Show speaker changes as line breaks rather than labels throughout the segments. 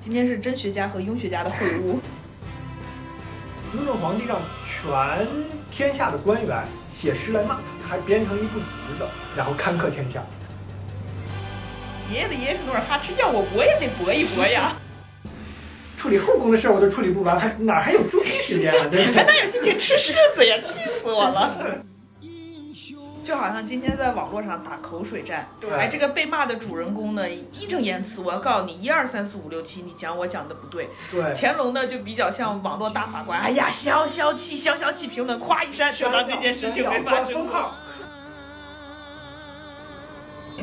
今天是真学家和庸学家的会晤。
雍正皇帝让全天下的官员写诗来骂他，还编成一部集子，然后刊刻天下。
爷爷的爷爷是努尔哈赤，要我我也得搏一搏呀，
处理后宫的事儿我都处理不完，还哪还有注意时间啊？对不
还
对？
哪有心情吃柿子呀？气死我了！就好像今天在网络上打口水战，
对
哎，这个被骂的主人公呢，义正言辞，我要告你一二三四五六七，你讲我讲的不对。
对，
乾隆呢就比较像网络大法官，哎呀，消消气，消消气，评论，夸一删，就当这件事情没发
删
生
掉关封
过
号。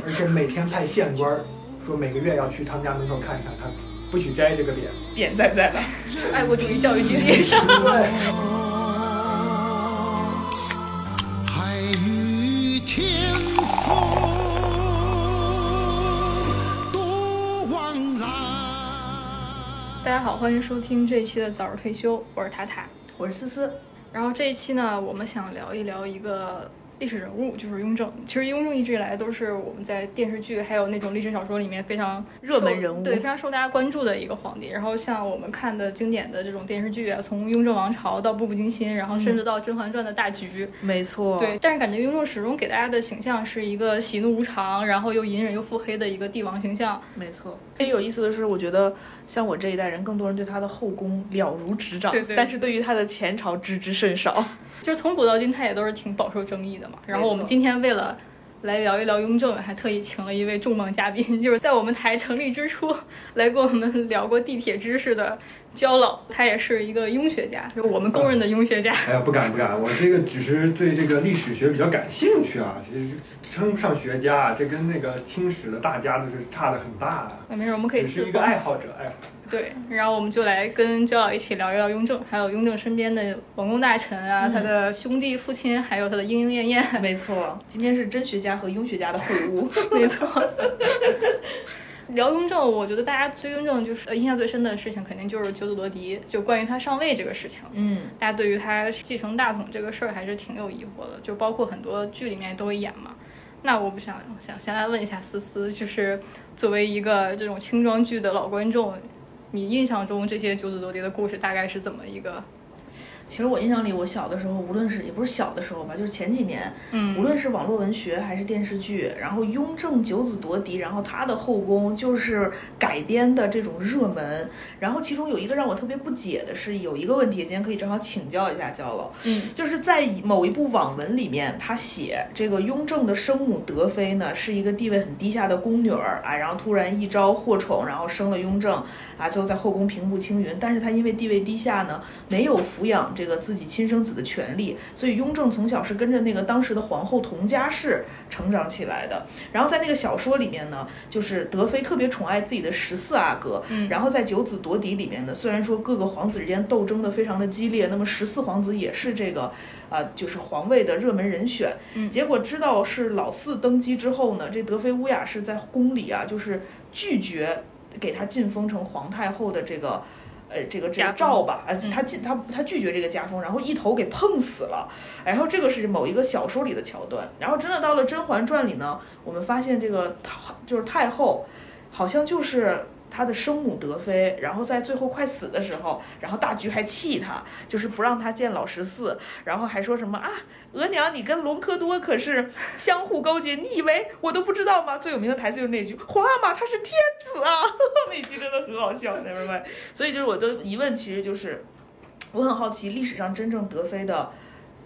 而且每天派县官儿说每个月要去他们家门口看一看，他不许摘这个匾。
点在不在吧？
爱
哎
国主义教育局也是。
对。
海与天空多往来。
大家好，欢迎收听这一期的早日退休，我是塔塔。
我是思思，
然后这一期呢，我们想聊一聊一个历史人物，就是雍正。其实雍正一直以来都是我们在电视剧还有那种历史小说里面非常
热门
受
人物
对，非常受大家关注的一个皇帝。然后像我们看的经典的这种电视剧啊，从《雍正王朝》到《步步惊心》，然后甚至到《甄嬛传》的大局，
没错，
对。但是感觉雍正始终给大家的形象是一个喜怒无常，然后又隐忍又腹黑的一个帝王形象。
没错。最有意思的是，我觉得像我这一代人，更多人对他的后宫了如指掌，
对对
但是对于他的前朝知之甚少。
就是从古到今，他也都是挺饱受争议的嘛。然后我们今天为了来聊一聊雍正，还特意请了一位重磅嘉宾，就是在我们台成立之初来跟我们聊过地铁知识的焦老，他也是一个雍学家，就是我们公认的雍学家。
哎呀，不敢不敢，我这个只是对这个历史学比较感兴趣啊，其实称不上学家啊，这跟那个清史的大家就是差的很大啊。
没事，我们可以
只
自
是一个。
封
爱好者，爱好者。
对，然后我们就来跟焦老一起聊一聊雍正，还有雍正身边的王公大臣啊，他的兄弟、父亲，还有他的莺莺燕燕。
没错，今天是真学家和庸学家的会晤。
没错。聊雍正，我觉得大家对雍正就是呃印象最深的事情，肯定就是九子夺嫡，就关于他上位这个事情。
嗯，
大家对于他继承大统这个事儿还是挺有疑惑的，就包括很多剧里面都会演嘛。那我不想想先来问一下思思，就是作为一个这种清装剧的老观众，你印象中这些九子夺嫡的故事大概是怎么一个？
其实我印象里，我小的时候，无论是也不是小的时候吧，就是前几年，
嗯
无论是网络文学还是电视剧，然后雍正九子夺嫡，然后他的后宫就是改编的这种热门。然后其中有一个让我特别不解的是，有一个问题，今天可以正好请教一下焦老，
嗯，
就是在某一部网文里面，他写这个雍正的生母德妃呢是一个地位很低下的宫女儿啊，然后突然一朝获宠，然后生了雍正啊，最后在后宫平步青云。但是她因为地位低下呢，没有抚养这个自己亲生子的权利，所以雍正从小是跟着那个当时的皇后佟佳氏成长起来的。然后在那个小说里面呢，就是德妃特别宠爱自己的十四阿哥，
嗯
然后在九子夺嫡里面呢，虽然说各个皇子之间斗争的非常的激烈，那么十四皇子也是这个啊、就是皇位的热门人选。
嗯
结果知道是老四登基之后呢，这德妃乌雅氏在宫里啊，就是拒绝给她晋封成皇太后的这个。呃，这个这
加
个
封
诏吧，而且
嗯
她进她她拒绝这个加封，然后一头给碰死了。然后这个是某一个小说里的桥段，然后真的到了《甄嬛传》里呢，我们发现这个太就是太后，好像就是她的生母德妃，然后在最后快死的时候，然后大局还气她，就是不让她见老十四，然后还说什么啊，额娘你跟隆科多可是相互勾结，你以为我都不知道吗？最有名的台词就是那句“皇阿玛他是天子啊”， 那句真的很好笑，never mind。所以就是我的疑问其实就是，我很好奇历史上真正德妃的。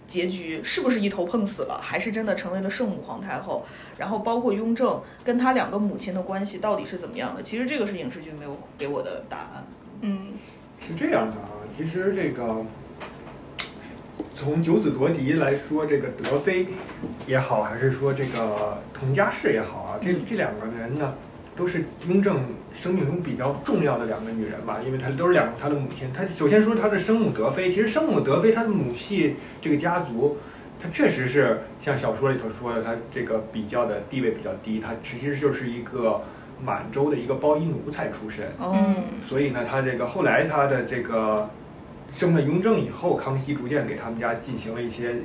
结局是不是一头碰死了，还是真的成为了圣母皇太后？然后包括雍正跟他两个母亲的关系到底是怎么样的？其实这个是影视剧没有给我的答案。
嗯
是这样的啊，其实这个从九子夺嫡来说，这个德妃也好，还是说这个佟佳氏也好啊，这这两个人呢，都是雍正生命中比较重要的两个女人吧，因为她都是两个她的母亲。她首先说她的生母德妃，其实生母德妃她的母系这个家族。她确实是像小说里头说的，她这个比较的地位比较低，她其实就是一个满洲的一个包衣奴才出身，
哦
嗯
所以呢，他这个后来他的这个生了雍正以后，康熙逐渐给他们家进行嗯了一些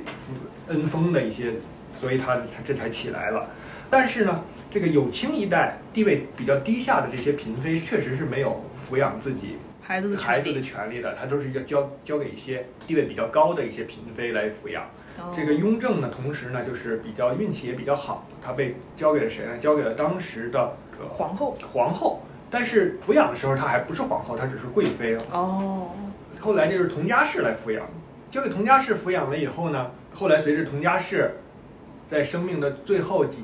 恩封的一些，所以他他这才起来了。但是呢，这个有清一代地位比较低下的这些嫔妃，确实是没有抚养自己
孩子的
孩
权
子的
利，
权利的，她都是要交交给一些地位比较高的一些嫔妃来抚养。
哦
这个雍正呢，同时呢，就是比较运气也比较好，他被交给了谁呢？交给了当时的呃
皇后
皇后。但是抚养的时候，她还不是皇后，她只是贵妃。
哦，
后来这就是佟佳氏来抚养，交给佟佳氏抚养了以后呢，后来随着佟佳氏在生命的最后几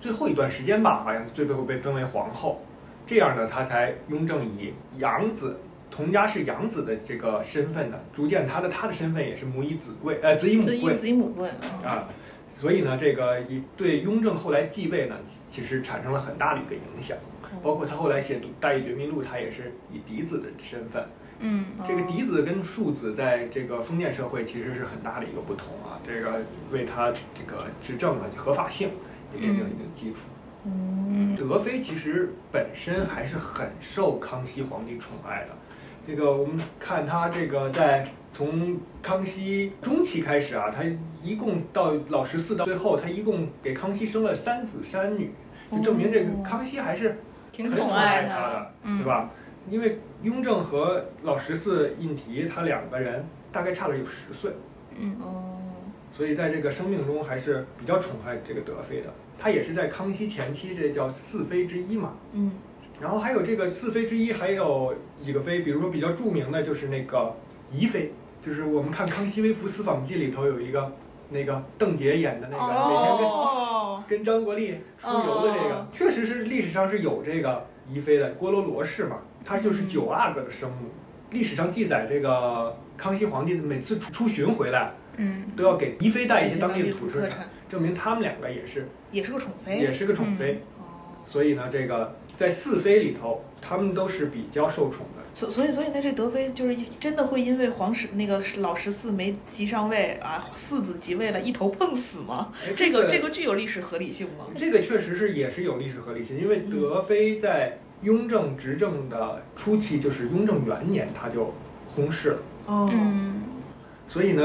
最后一段时间吧，好像最后被分为皇后，这样呢，她才雍正以养子。佟佳氏养子的这个身份呢，逐渐她的她的身份也是母以子贵，呃子以母
子以
贵，
子以母贵，嗯
啊，所以呢，这个一对雍正后来继位呢，其实产生了很大的一个影响，
哦
包括他后来写《大义觉迷录》，他也是以嫡子的身份。
嗯，
哦
这个嫡子跟庶子在这个封建社会其实是很大的一个不同啊，这个为他这个执政的合法性也奠定了一定基础。
嗯
德妃其实本身还是很受康熙皇帝宠爱的。这个我们看他这个在从康熙中期开始啊，他一共到老十四到最后，他一共给康熙生了三子三女，就证明这个康熙还是
挺
很
宠
宠
爱
他
的，
的，
嗯
对吧？因为雍正和老十四胤禔他两个人大概差了有十岁，
嗯，
哦
所以在这个生命中还是比较宠爱这个德妃的。她也是在康熙前期，这叫四妃之一嘛。
嗯
然后还有这个四妃之一，还有几个妃，比如说比较著名的就是那个宜妃，就是我们看《康熙微服私访记》里头有一个那个邓婕演的那个，每天
哦
跟跟张国立出游的这个，
哦
确实是历史上是有这个宜妃的，郭罗罗氏嘛，她就是
嗯
九阿哥的生母。历史上记载，这个康熙皇帝每次出出巡回来，
嗯，
都要给宜妃带一些当地的土
土
特
特
产，，证明他们两个也是
也是个宠妃，
也是个宠妃。
哦，
所以呢，这个在四妃里头，他们都是比较受宠的。
所所以所以那这德妃就是真的会因为皇十那个老十四没及上位啊，四子即位了，一头碰死吗？
哎
这个这个具有历史合理性吗？
这个确实是也是有历史合理性，因为
嗯
德妃在雍正执政的初期，就是雍正元年，他就薨逝了。
哦
嗯，
所以呢，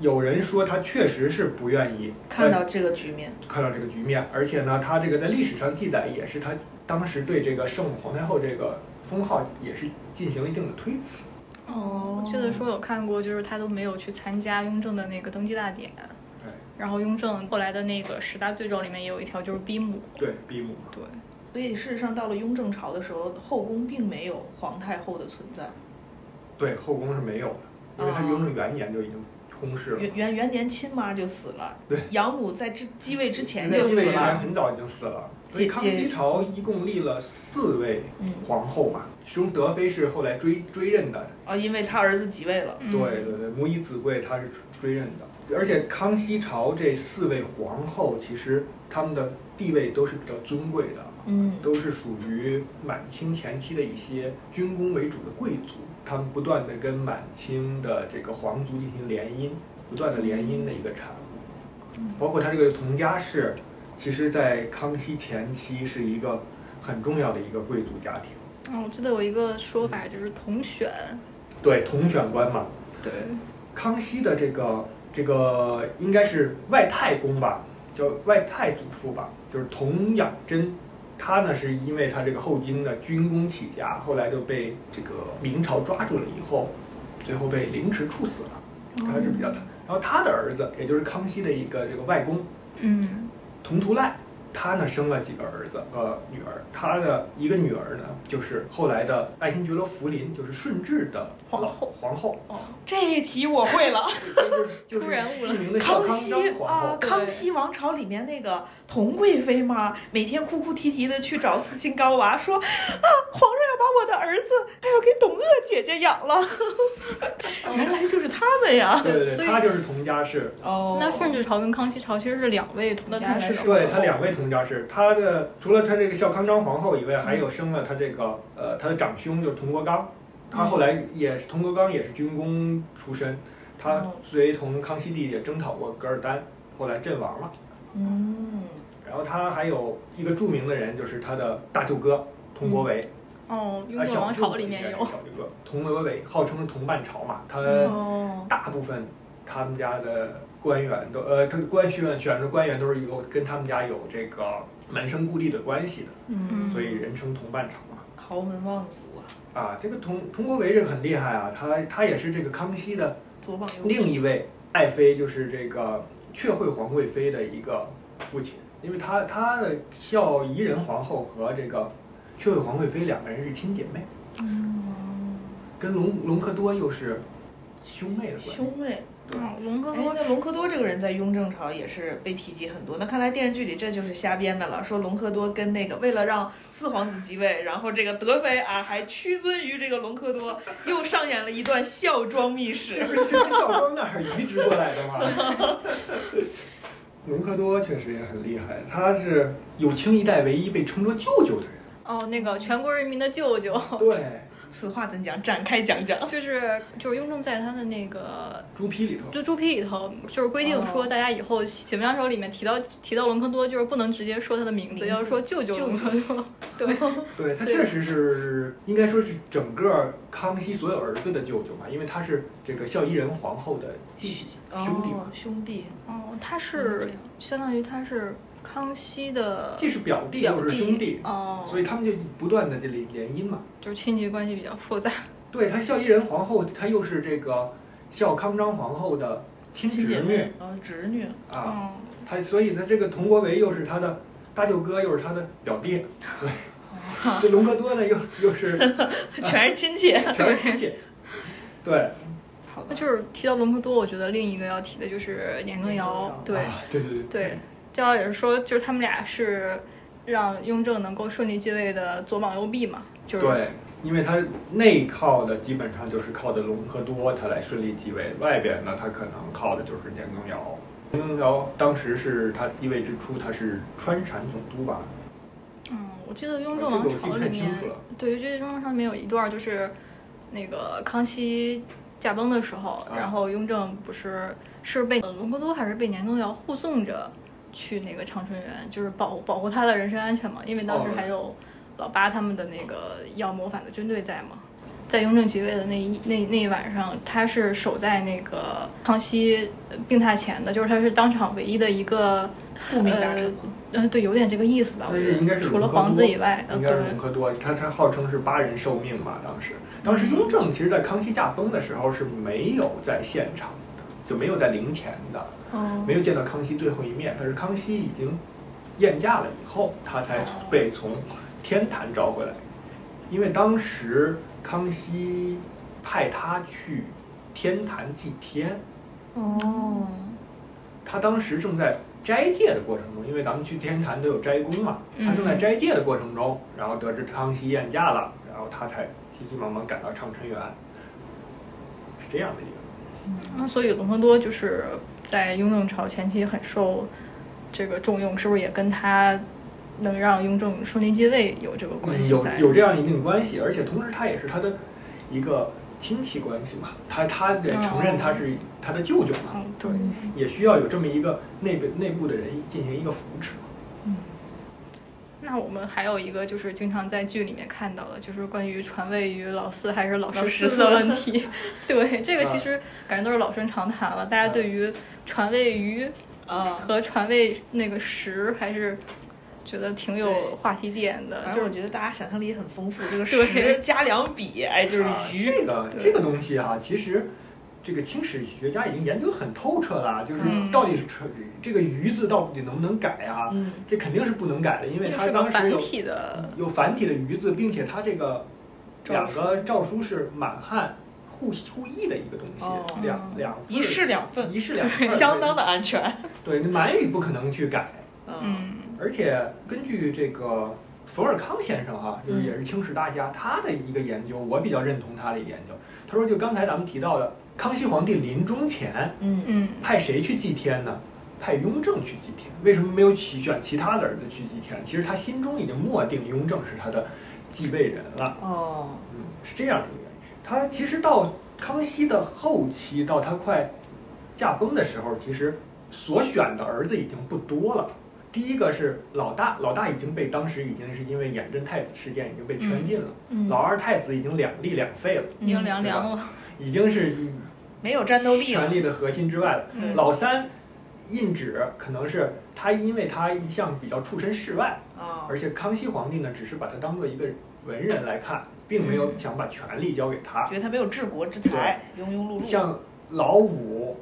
有人说他确实是不愿意
看到这个局面，
在看到这个局面，而且呢，他这个在历史上记载也是他当时对这个圣武皇太后这个封号也是进行了一定的推辞。
哦，我记得说有看过，就是他都没有去参加雍正的那个登基大典，
对
然后雍正后来的那个十大罪状里面也有一条就是逼母，
对，逼母。
对，
所以事实上到了雍正朝的时候，后宫并没有皇太后的存在，
对，后宫是没有的，因为他雍正元年就已经薨逝了。
元元元年亲妈就死了，
对，
养母在之继位之前
那
就死
那一代
了，
很早已经死了。所
姐
以康熙朝一共立了四位
嗯，
皇后嘛，其中德妃是后来追追认的，
啊，因为他儿子即位了，
嗯
对对对，母以子贵，她是追认的。而且康熙朝这四位皇后，其实她们的地位都是比较尊贵的，
嗯
都是属于满清前期的一些军功为主的贵族，他们不断的跟满清的这个皇族进行联姻，不断的联姻的一个产物。包括他这个佟佳氏，其实在康熙前期是一个很重要的一个贵族家庭，
嗯，我记得有一个说法就是同选，
对，同选官嘛，
对，
康熙的这个这个应该是外太公吧，叫外太祖父吧，就是童养真。他呢是因为他这个后金的军功起家，后来就被这个明朝抓住了以后，最后被凌迟处死了，
哦
他是比较惨。然后他的儿子，也就是康熙的一个这个外公
嗯，
童图赖，他呢生了几个儿子和女儿，他的一个女儿呢就是后来的爱新觉罗福临，就是顺治的老
皇后
皇后，
哦，
这一题我会了。
就是
突然悟了
著名的孝
康
康
熙
熙
啊，
皇后，
对
康熙王朝里面那个佟贵妃嘛，每天哭哭啼啼的去找斯琴高娃，说啊，皇上要把我的儿子还要给董鄂姐姐养了，原来就是他们呀。
啊对对
所
对，
以
她就是佟佳氏，
哦
那顺治朝跟康熙朝其实是两位同家
那看来
是
是
对她两位佟佳氏，她的除了她这个孝康章皇后以外，
嗯
还有生了她这个呃她的长兄就是佟国刚，他
嗯
后来也是佟国刚也是军功出身，他
哦
随同康熙帝也征讨过噶尔丹，后来阵亡了。
嗯，
然后他还有一个著名的人，就是他的大舅哥佟国维，
哦，雍
啊
正
小
王
舅
朝里面
应该
有嗯
是，小舅哥佟国维号称是同伴朝嘛，他
哦，
大部分他们家的官员都呃，他的官选选的官员都是有跟他们家有这个蛮生故地的关系的，
嗯，
所以人称同伴场嘛。
豪门望族啊，
啊，这个佟佟国维这个很厉害啊，他他也是这个康熙的
左膀右
另
臂，
一位爱妃，就是这个雀惠皇贵妃的一个父亲，因为他他的孝仪仁皇后和这个雀惠皇贵妃两个人是亲姐妹，
嗯
跟隆隆科多又是兄妹的关系。
兄妹。
哦，龙哥
哎，
哥
那隆科多这个人在雍正朝也是被提及很多。那看来电视剧里这就是瞎编的了，说隆科多跟那个为了让四皇子继位，然后这个德妃啊还屈尊于这个隆科多，又上演了一段孝庄秘
这
史。
不是从孝庄那儿移植过来的吗？隆科多确实也很厉害，他是有清一代唯一被称作舅舅的人。
哦，那个全国人民的舅舅，
对，
此话怎讲？展开讲讲。
就是就是雍正在他的那个
猪皮里头。
就猪皮里头，就是规定说，
哦
大家以后写文章的时候里面提到提到隆科多，就是不能直接说他的名
名
字，
字
要说舅舅哦
舅
隆科多。对，
对他
所以
确实是应该说是整个康熙所有儿子的舅舅嘛，因为他是这个孝仪仁皇后的弟兄弟嘛
哦，，兄弟，
哦，他
是
是相当于他是康熙的
既是表弟
表
又是
弟
兄弟，
哦，
所以他们就不断的这里联姻嘛。
就是亲戚关系比较复杂。
对他孝仪仁皇后，她又是这个孝康章皇后的亲
亲姐
侄女
妹，哦，侄 女，
啊，
嗯，
他所以呢，这个佟国维又是他的大舅哥，又是他的表弟，对，这隆科多呢又又 是
全是亲 戚。
全是亲戚，对，
好 的，
那就是提到隆科多，我觉得另一个要提的就是年
年
羹
羹
尧
尧，
对。
啊对对对，
对，教导也是说，就是他们俩是让雍正能够顺利继位的左膀右臂嘛，就是
对，因为他内靠的基本上就是靠的隆科多，他来顺利继位；外边呢，他可能靠的就是年羹尧。年羹尧当时是他继位之初，他是川陕总督吧？
嗯，我记得雍正
啊这个我
王
记
朝
不
里
太
面
清楚了，
对，我记得雍正王朝里面有一段就是那个康熙驾崩的时
啊
候，然后雍正不是是被呃隆科多还是被年羹尧护送着去那个长春园，就是保保护他的人身安全嘛，因为当时
哦
还有老八他们的那个要谋反的军队在嘛。在雍正即位的那一那那一晚上，他是守在那个康熙病榻前的，就是他是当场唯一的一个
顾命大臣吗
呃，呃对，有点这个意思吧。我
但
觉
是应该
得
是
除了
隆科
皇子
多
以外，呃，
应
对
该是隆科多，他他号称是八人受命嘛。当时，当时雍正其实在康熙驾崩的时候是没有在现场的，就没有在陵前的，
哦，
没有见到康熙最后一面。但是康熙已经宴驾了以后，他才被从天坛召回来。因为当时康熙派他去天坛祭天，
哦，
他当时正在斋戒的过程中，因为咱们去天坛都有斋宫嘛，
嗯
他正在斋戒的过程中，然后得知康熙宴驾了，然后他才急急忙忙赶到畅春园，是这样的一个。
那所以隆科多就是在雍正朝前期很受这个重用，是不是也跟他能让雍正顺利继位有这个关
嗯
系
有
在？
有这样一定关系，而且同时他也是他的一个亲戚关系嘛，他他也承认他是他的舅舅嘛，
嗯，对。
也需要有这么一个内部内部的人进行一个扶持。
那我们还有一个就是经常在剧里面看到的，就是关于传位于老四还是老
老
十
十
四
四
的问题。 对，这
啊
个其实感觉都是老生常谈了。大家对于传位于
啊，
和传位那个十还是觉得挺有话题点的，
反
就
正
是
我觉得大家想象力也很丰富。这个
对
十加两笔，哎，就是
啊
鱼。
这个
对
这个东西哈、其实这个清史学家已经研究得很透彻了，啊就是
嗯
到底是、这个“鱼”字到底能不能改啊？
嗯，
这肯定是不能改的，因为
这
它
是个
当时
繁
有
体的，
有繁体的“鱼”字，并且它这个两个诏书是满汉互互译的一个东西，
哦
两两份儿
一式两份，
一式两份儿，
相当的安全。
对。对，满语不可能去改，
嗯，
嗯，
而且根据这个伏尔康先生哈、就是
嗯
也是清史大家，他的一个研究，我比较认同他的研究。他说，就刚才咱们提到的，康熙皇帝临终前
嗯
嗯，
派谁去祭天呢？派雍正去祭天，为什么没有起选其他的儿子去祭天？其实他心中已经默定雍正是他的继位人了。
哦，
嗯，是这样的一个原因。他其实到康熙的后期，到他快驾崩的时候，其实所选的儿子已经不多了。第一个是老大，老大已经被当时已经是因为衍贞太子事件已经被圈禁了，
嗯
老二太子已经两立两废了，
已经
嗯
凉凉了，
已经是
没有战斗力
权
了。
力的核心之外了。
嗯
老三胤旨可能是他，因为他一向比较处身事外，
啊
而且康熙皇帝呢，只是把他当做一个文人来看，并
嗯
没有想把权力交给他
觉。得他没有治国之才，庸庸碌碌。
像老五、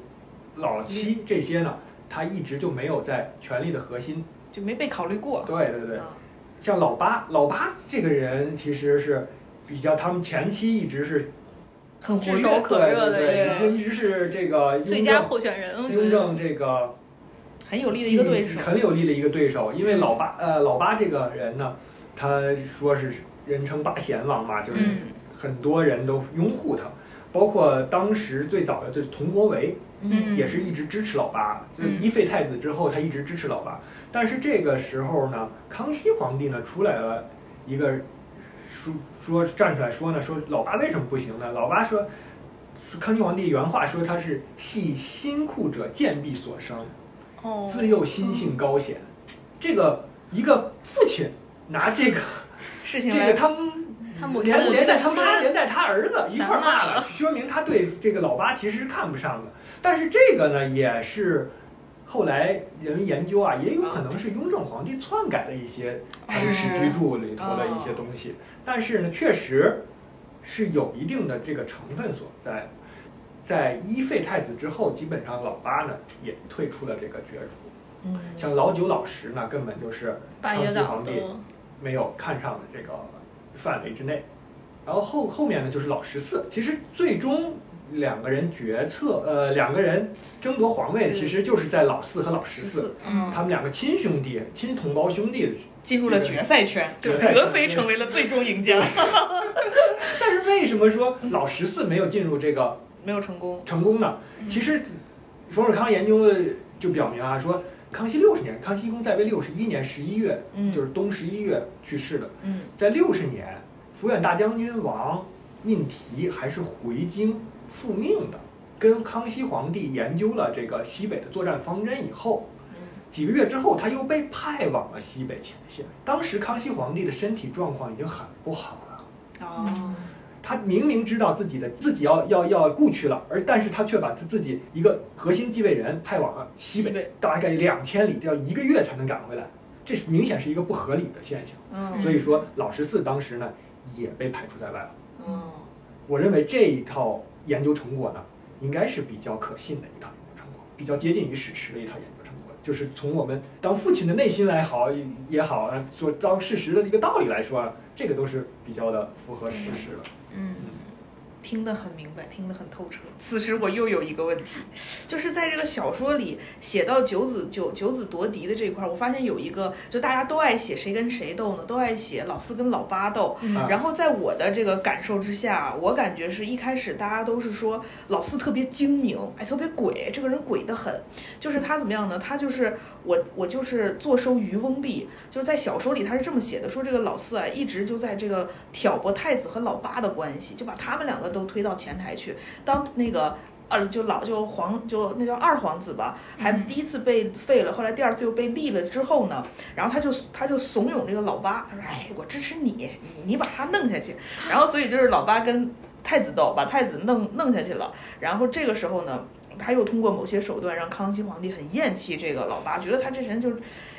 老七这些呢，他一直就没有在权力的核心。
就没被考虑过。
对对对，
啊
像老八，老八这个人其实是比较，他们前期一直是
很活
炙手
跃，
可热的
对对对
一个
就一直是这个雍
最佳
正
候选人，我觉
雍正
得
这个
很有力的一个对手。
很有力的一个对手。因为老八呃老八这个人呢，他说是人称八贤王嘛，就是
嗯
很多人都拥护他，包括当时最早的就是佟国维，
嗯
嗯
也是一直支持老八，就是
嗯
一废太子之后，他一直支持老八。但是这个时候呢，康熙皇帝呢出来了一个说说站出来说呢，说老八为什么不行呢？老八说，说康熙皇帝原话说他是系辛苦者贱婢所生，
哦，
自幼心性高险。这个一个父亲拿这个
哦
事
这
情
个
来，
他
他母亲
连
的
连带
出
他
身
妈，连带他儿子一块儿骂了，说明他对这个老八其实是看不上的。但是这个呢，也是后来人研究啊，也有可能是雍正皇帝篡改了一些
哦
他
是
的史居注里头的一些东西，但是呢，确实是有一定的这个成分所在。在一废太子之后，基本上老八呢也退出了这个角逐，
嗯
像老九、老十呢，根本就是
巴
康
耶
熙
岛
皇
的
帝，没有看上的这个范围之内。然后后后面呢就是老十四，其实最终两个人决策，呃，两个人争夺皇位，
对
其实就是在老四和老十
十
四，
四
嗯
他们两个亲兄弟、亲同胞兄弟。
进入了决赛圈，
对
德妃成为了最终赢家，
但是为什么说老十四没有进入这个
没有成功。
成功呢？
嗯
其实冯尔康研究的就表明啊，说康熙六十年，康熙公在位六十一年十一月，
嗯
就是冬十一月去世的。
嗯
在六十年，抚远大将军王胤禔还是回京复命的。跟康熙皇帝研究了这个西北的作战方针以后，
嗯
几个月之后，他又被派往了西北前线。当时康熙皇帝的身体状况已经很不好了，
哦，
他明明知道自己的自己要要要故去了，而但是他却把他自己一个核心继位人派往了西
西
北
北，
大概两千里，要一个月才能赶回来，这是明显是一个不合理的现象。
嗯
所以说老十四当时呢也被排除在外了。
嗯，
我认为这一套研究成果呢，应该是比较可信的一套研究成果，比较接近于史实的一套研究成果，就是从我们当父亲的内心来好也好，呃做当事实的一个道理来说，啊这个都是比较的符合事实的。
嗯
听得很明白，听得很透彻。此时我又有一个问题，就是在这个小说里写到九子九九子夺嫡的这一块儿，我发现有一个，就大家都爱写谁跟谁斗呢，都爱写老四跟老八斗。
啊
然后在我的这个感受之下，我感觉是一开始大家都是说老四特别精明，哎，特别鬼，这个人鬼得很。就是他怎么样呢？他就是我，我就是坐收渔翁利。就是在小说里他是这么写的，说这个老四啊，一直就在这个挑拨太子和老八的关系，就把他们两个都推到前台去。当那个。二就老就皇就那叫二皇子吧，还
嗯
第一次被废了，后来第二次又被立了之后呢，然后他就他就怂恿这个老八，他说：“哎，我支持你，你你把他弄下去。”然后所以就是老八跟太子斗，把太子弄弄下去了。然后这个时候呢，他又通过某些手段让康熙皇帝很厌弃这个老八，觉得他这人就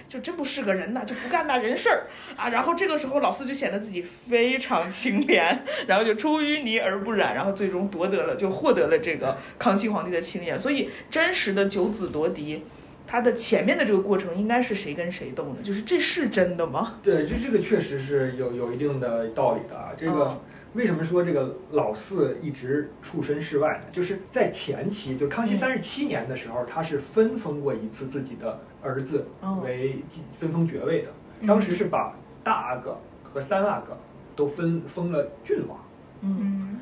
就真不是个人呐，就不干那人事儿啊。然后这个时候老四就显得自己非常清廉，然后就出淤泥而不染，然后最终夺得了就获得了这个康熙皇帝的青睐。所以真实的九子夺嫡。他的前面的这个过程应该是谁跟谁斗呢？就是这是真的吗？
对，这这个确实是有有一定的道理的啊。这个、
嗯
为什么说这个老四一直处身事外呢？就是在前期，就康熙
嗯
三十七年的时候，他是分封过一次自己的儿子
哦
为分封爵位的。
嗯
当时是把大阿哥和三阿哥都分封了郡王，
嗯
嗯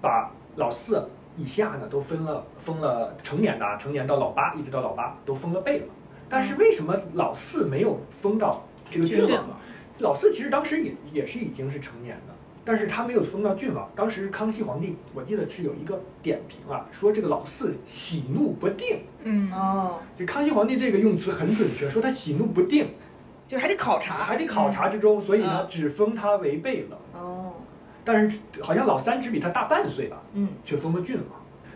把老四以下呢都分了封了成年的啊，成年到老八一直到老八都封了贝勒。但是为什么老四没有封到这个嗯郡王呢？老四其实当时也也是已经是成年的，但是他没有封到郡王。当时康熙皇帝，我记得是有一个点评啊，说这个老四喜怒不定。
嗯
哦，
这康熙皇帝这个用词很准确，说他喜怒不定，
就是还得考察
还得考察之中，所以呢
嗯
只封他为贝勒。
哦，
但是好像老三只比他大半岁吧，
嗯
却封了郡王。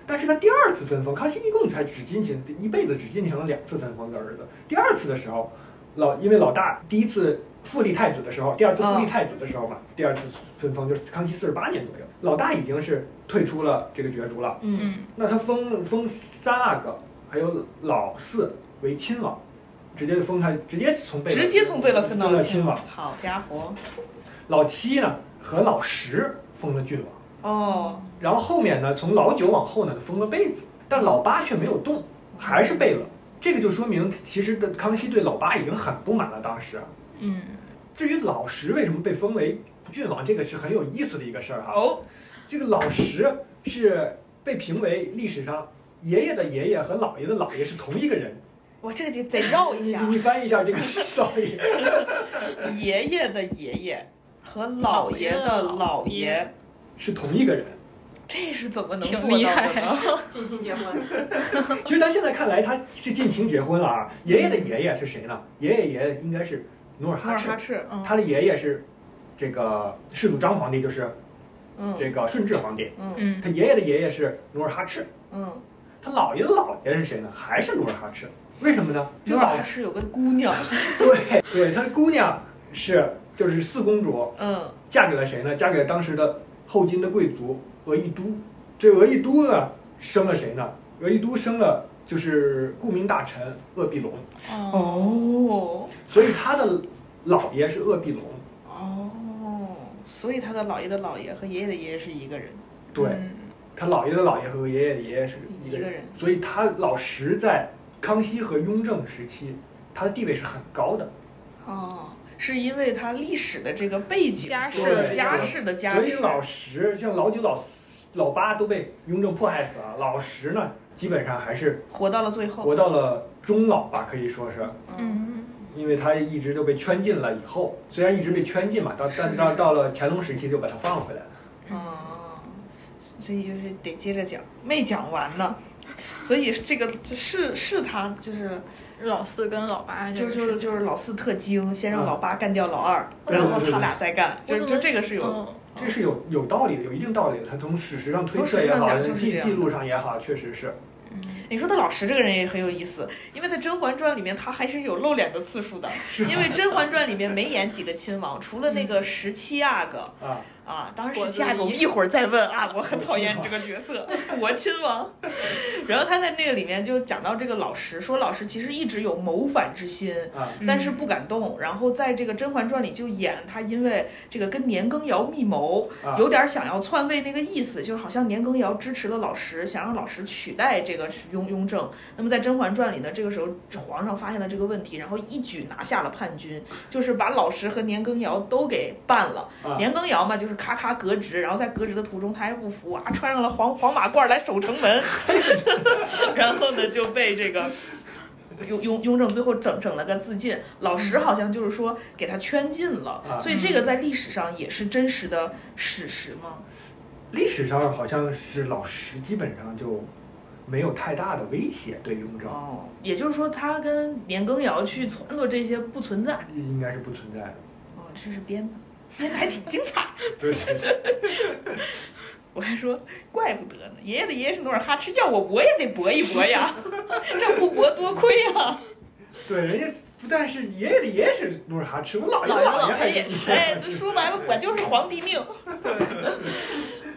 但是他第二次分封，康熙一共才只进行一辈子只进行了两次分封的儿子。第二次的时候，老因为老大第一次复立太子的时候，第二次
嗯
复立太子的时候嘛，第二次分封就是康熙四十八年左右，老大已经是退出了这个角逐了。
嗯
嗯
那他封封三阿哥还有老四为亲王，直接就封他，直接从贝勒
直接从贝勒分到了
亲
亲
王。
好家伙，
老七呢和老十封了郡王。
哦，
然后后面呢，从老九往后呢封了贝子，但老八却没有动，还是贝勒。这个就说明，其实的康熙对老八已经很不满了。当时，
嗯，
至于老十为什么被封为郡王，这个是很有意思的一个事儿哈。
哦，
这个老十是被评为历史上爷爷的爷爷和姥爷的姥爷是同一个人。
我这个得得绕一
你
下
你，翻译一下这个少爷，
爷爷的爷爷和姥爷的姥
姥爷
爷，
是同一个人。
这是怎么能
挺
做
厉
到
害
的呢？
近亲结婚，
其实咱现在看来，他是近亲结婚了啊。爷爷的爷爷是谁呢？爷爷爷爷应该是努尔
努
哈
尔
赤
哈。赤，
嗯
他的爷爷是这个世祖章皇帝，就是
嗯
这个顺治皇帝。
嗯
嗯
他爷爷的爷爷是努尔哈赤，
嗯，
他姥爷的姥爷是谁呢？还是努尔哈赤？为什么呢？
努尔哈赤有个姑娘，
对对，他的姑娘是就是四公主，
嗯
嫁给了谁呢？嫁给了当时的后金的贵族额亦都。这额亦都呢，生了谁呢？额亦都生了就是顾命大臣鄂必龙，
哦
哦
所以他的姥爷是鄂必龙。
哦，所以他的姥爷的姥爷和爷爷的爷爷是一个人，
对，
嗯
他姥爷的姥爷和爷爷的爷爷是一个
一个
人，
人
所以他老十在康熙和雍正时期，他的地位是很高的。
哦，是因为他历史的这个背景，
家
所
世
有
的
家
这个
世的家
所以
世，
老十像老九、老四老八都被雍正迫害死了，老十呢，基本上还是
活到了最后，
活到了终老吧，可以说是，
嗯
嗯
因为他一直都被圈禁了。以后虽然一直被圈禁嘛，到但到到了乾隆时期就把他放回来了。
哦
嗯，所以就是得接着讲，没讲完呢。所以这个是是他，就是
老四跟老八
就
这
是就
个
是
事情
就是老四特精，先让
嗯
老八干掉老二，
对
然后
对对
他俩再干，就
我
是
怎
就
么
这个是有
嗯
这是有有道理的，有一定道理的。他从史实上推
从
测
史
也
上
好，
讲就是
记
这样
记
的
录上也好，确实是。
嗯
你说他老石这个人也很有意思，因为在《甄嬛传》里面他还是有露脸的次数的，因为《甄嬛传》里面没演几个亲王，除了那个十七阿哥
啊，
啊，当然
果
十
子
七阿哥我们
狸
一会儿再问啊，我很讨厌这个角色， 我亲王。然后他在那个里面就讲到这个老石，说老石其实一直有谋反之心。
啊，
但
嗯
是不敢动，然后在这个《甄嬛传》里就演他因为这个跟年羹尧密谋，
啊
有点想要篡位那个意思，就是好像年羹尧支持了老石，想让老石取代这个雍雍正。那么在《甄嬛传》里呢，这个时候皇上发现了这个问题，然后一举拿下了叛军，就是把老石和年羹尧都给办了。
啊
年羹尧嘛，就是咔咔革职，然后在革职的途中他还不服啊，穿上了黄黄马褂来守城门， 然后呢就被这个。雍雍雍正最后整整了个自尽，老石好像就是说给他圈禁了，
啊
所以这个在历史上也是真实的史实吗？
历史上好像是老石基本上就没有太大的威胁对雍正，
哦，也就是说他跟年羹尧去撺掇这些不存在。
应该是不存在的。
哦，这是编的，编的 还挺精彩。
对，
我还说，怪不得呢，爷爷的爷爷是努尔哈赤，要我我也得搏一搏呀， 这不搏多亏啊呀。
对，人家不但是爷爷的爷爷是努尔哈赤，我姥爷
姥
的
爷
爷
姥爷
还
也
是
是
哎，说白了，我就是皇帝命。
对。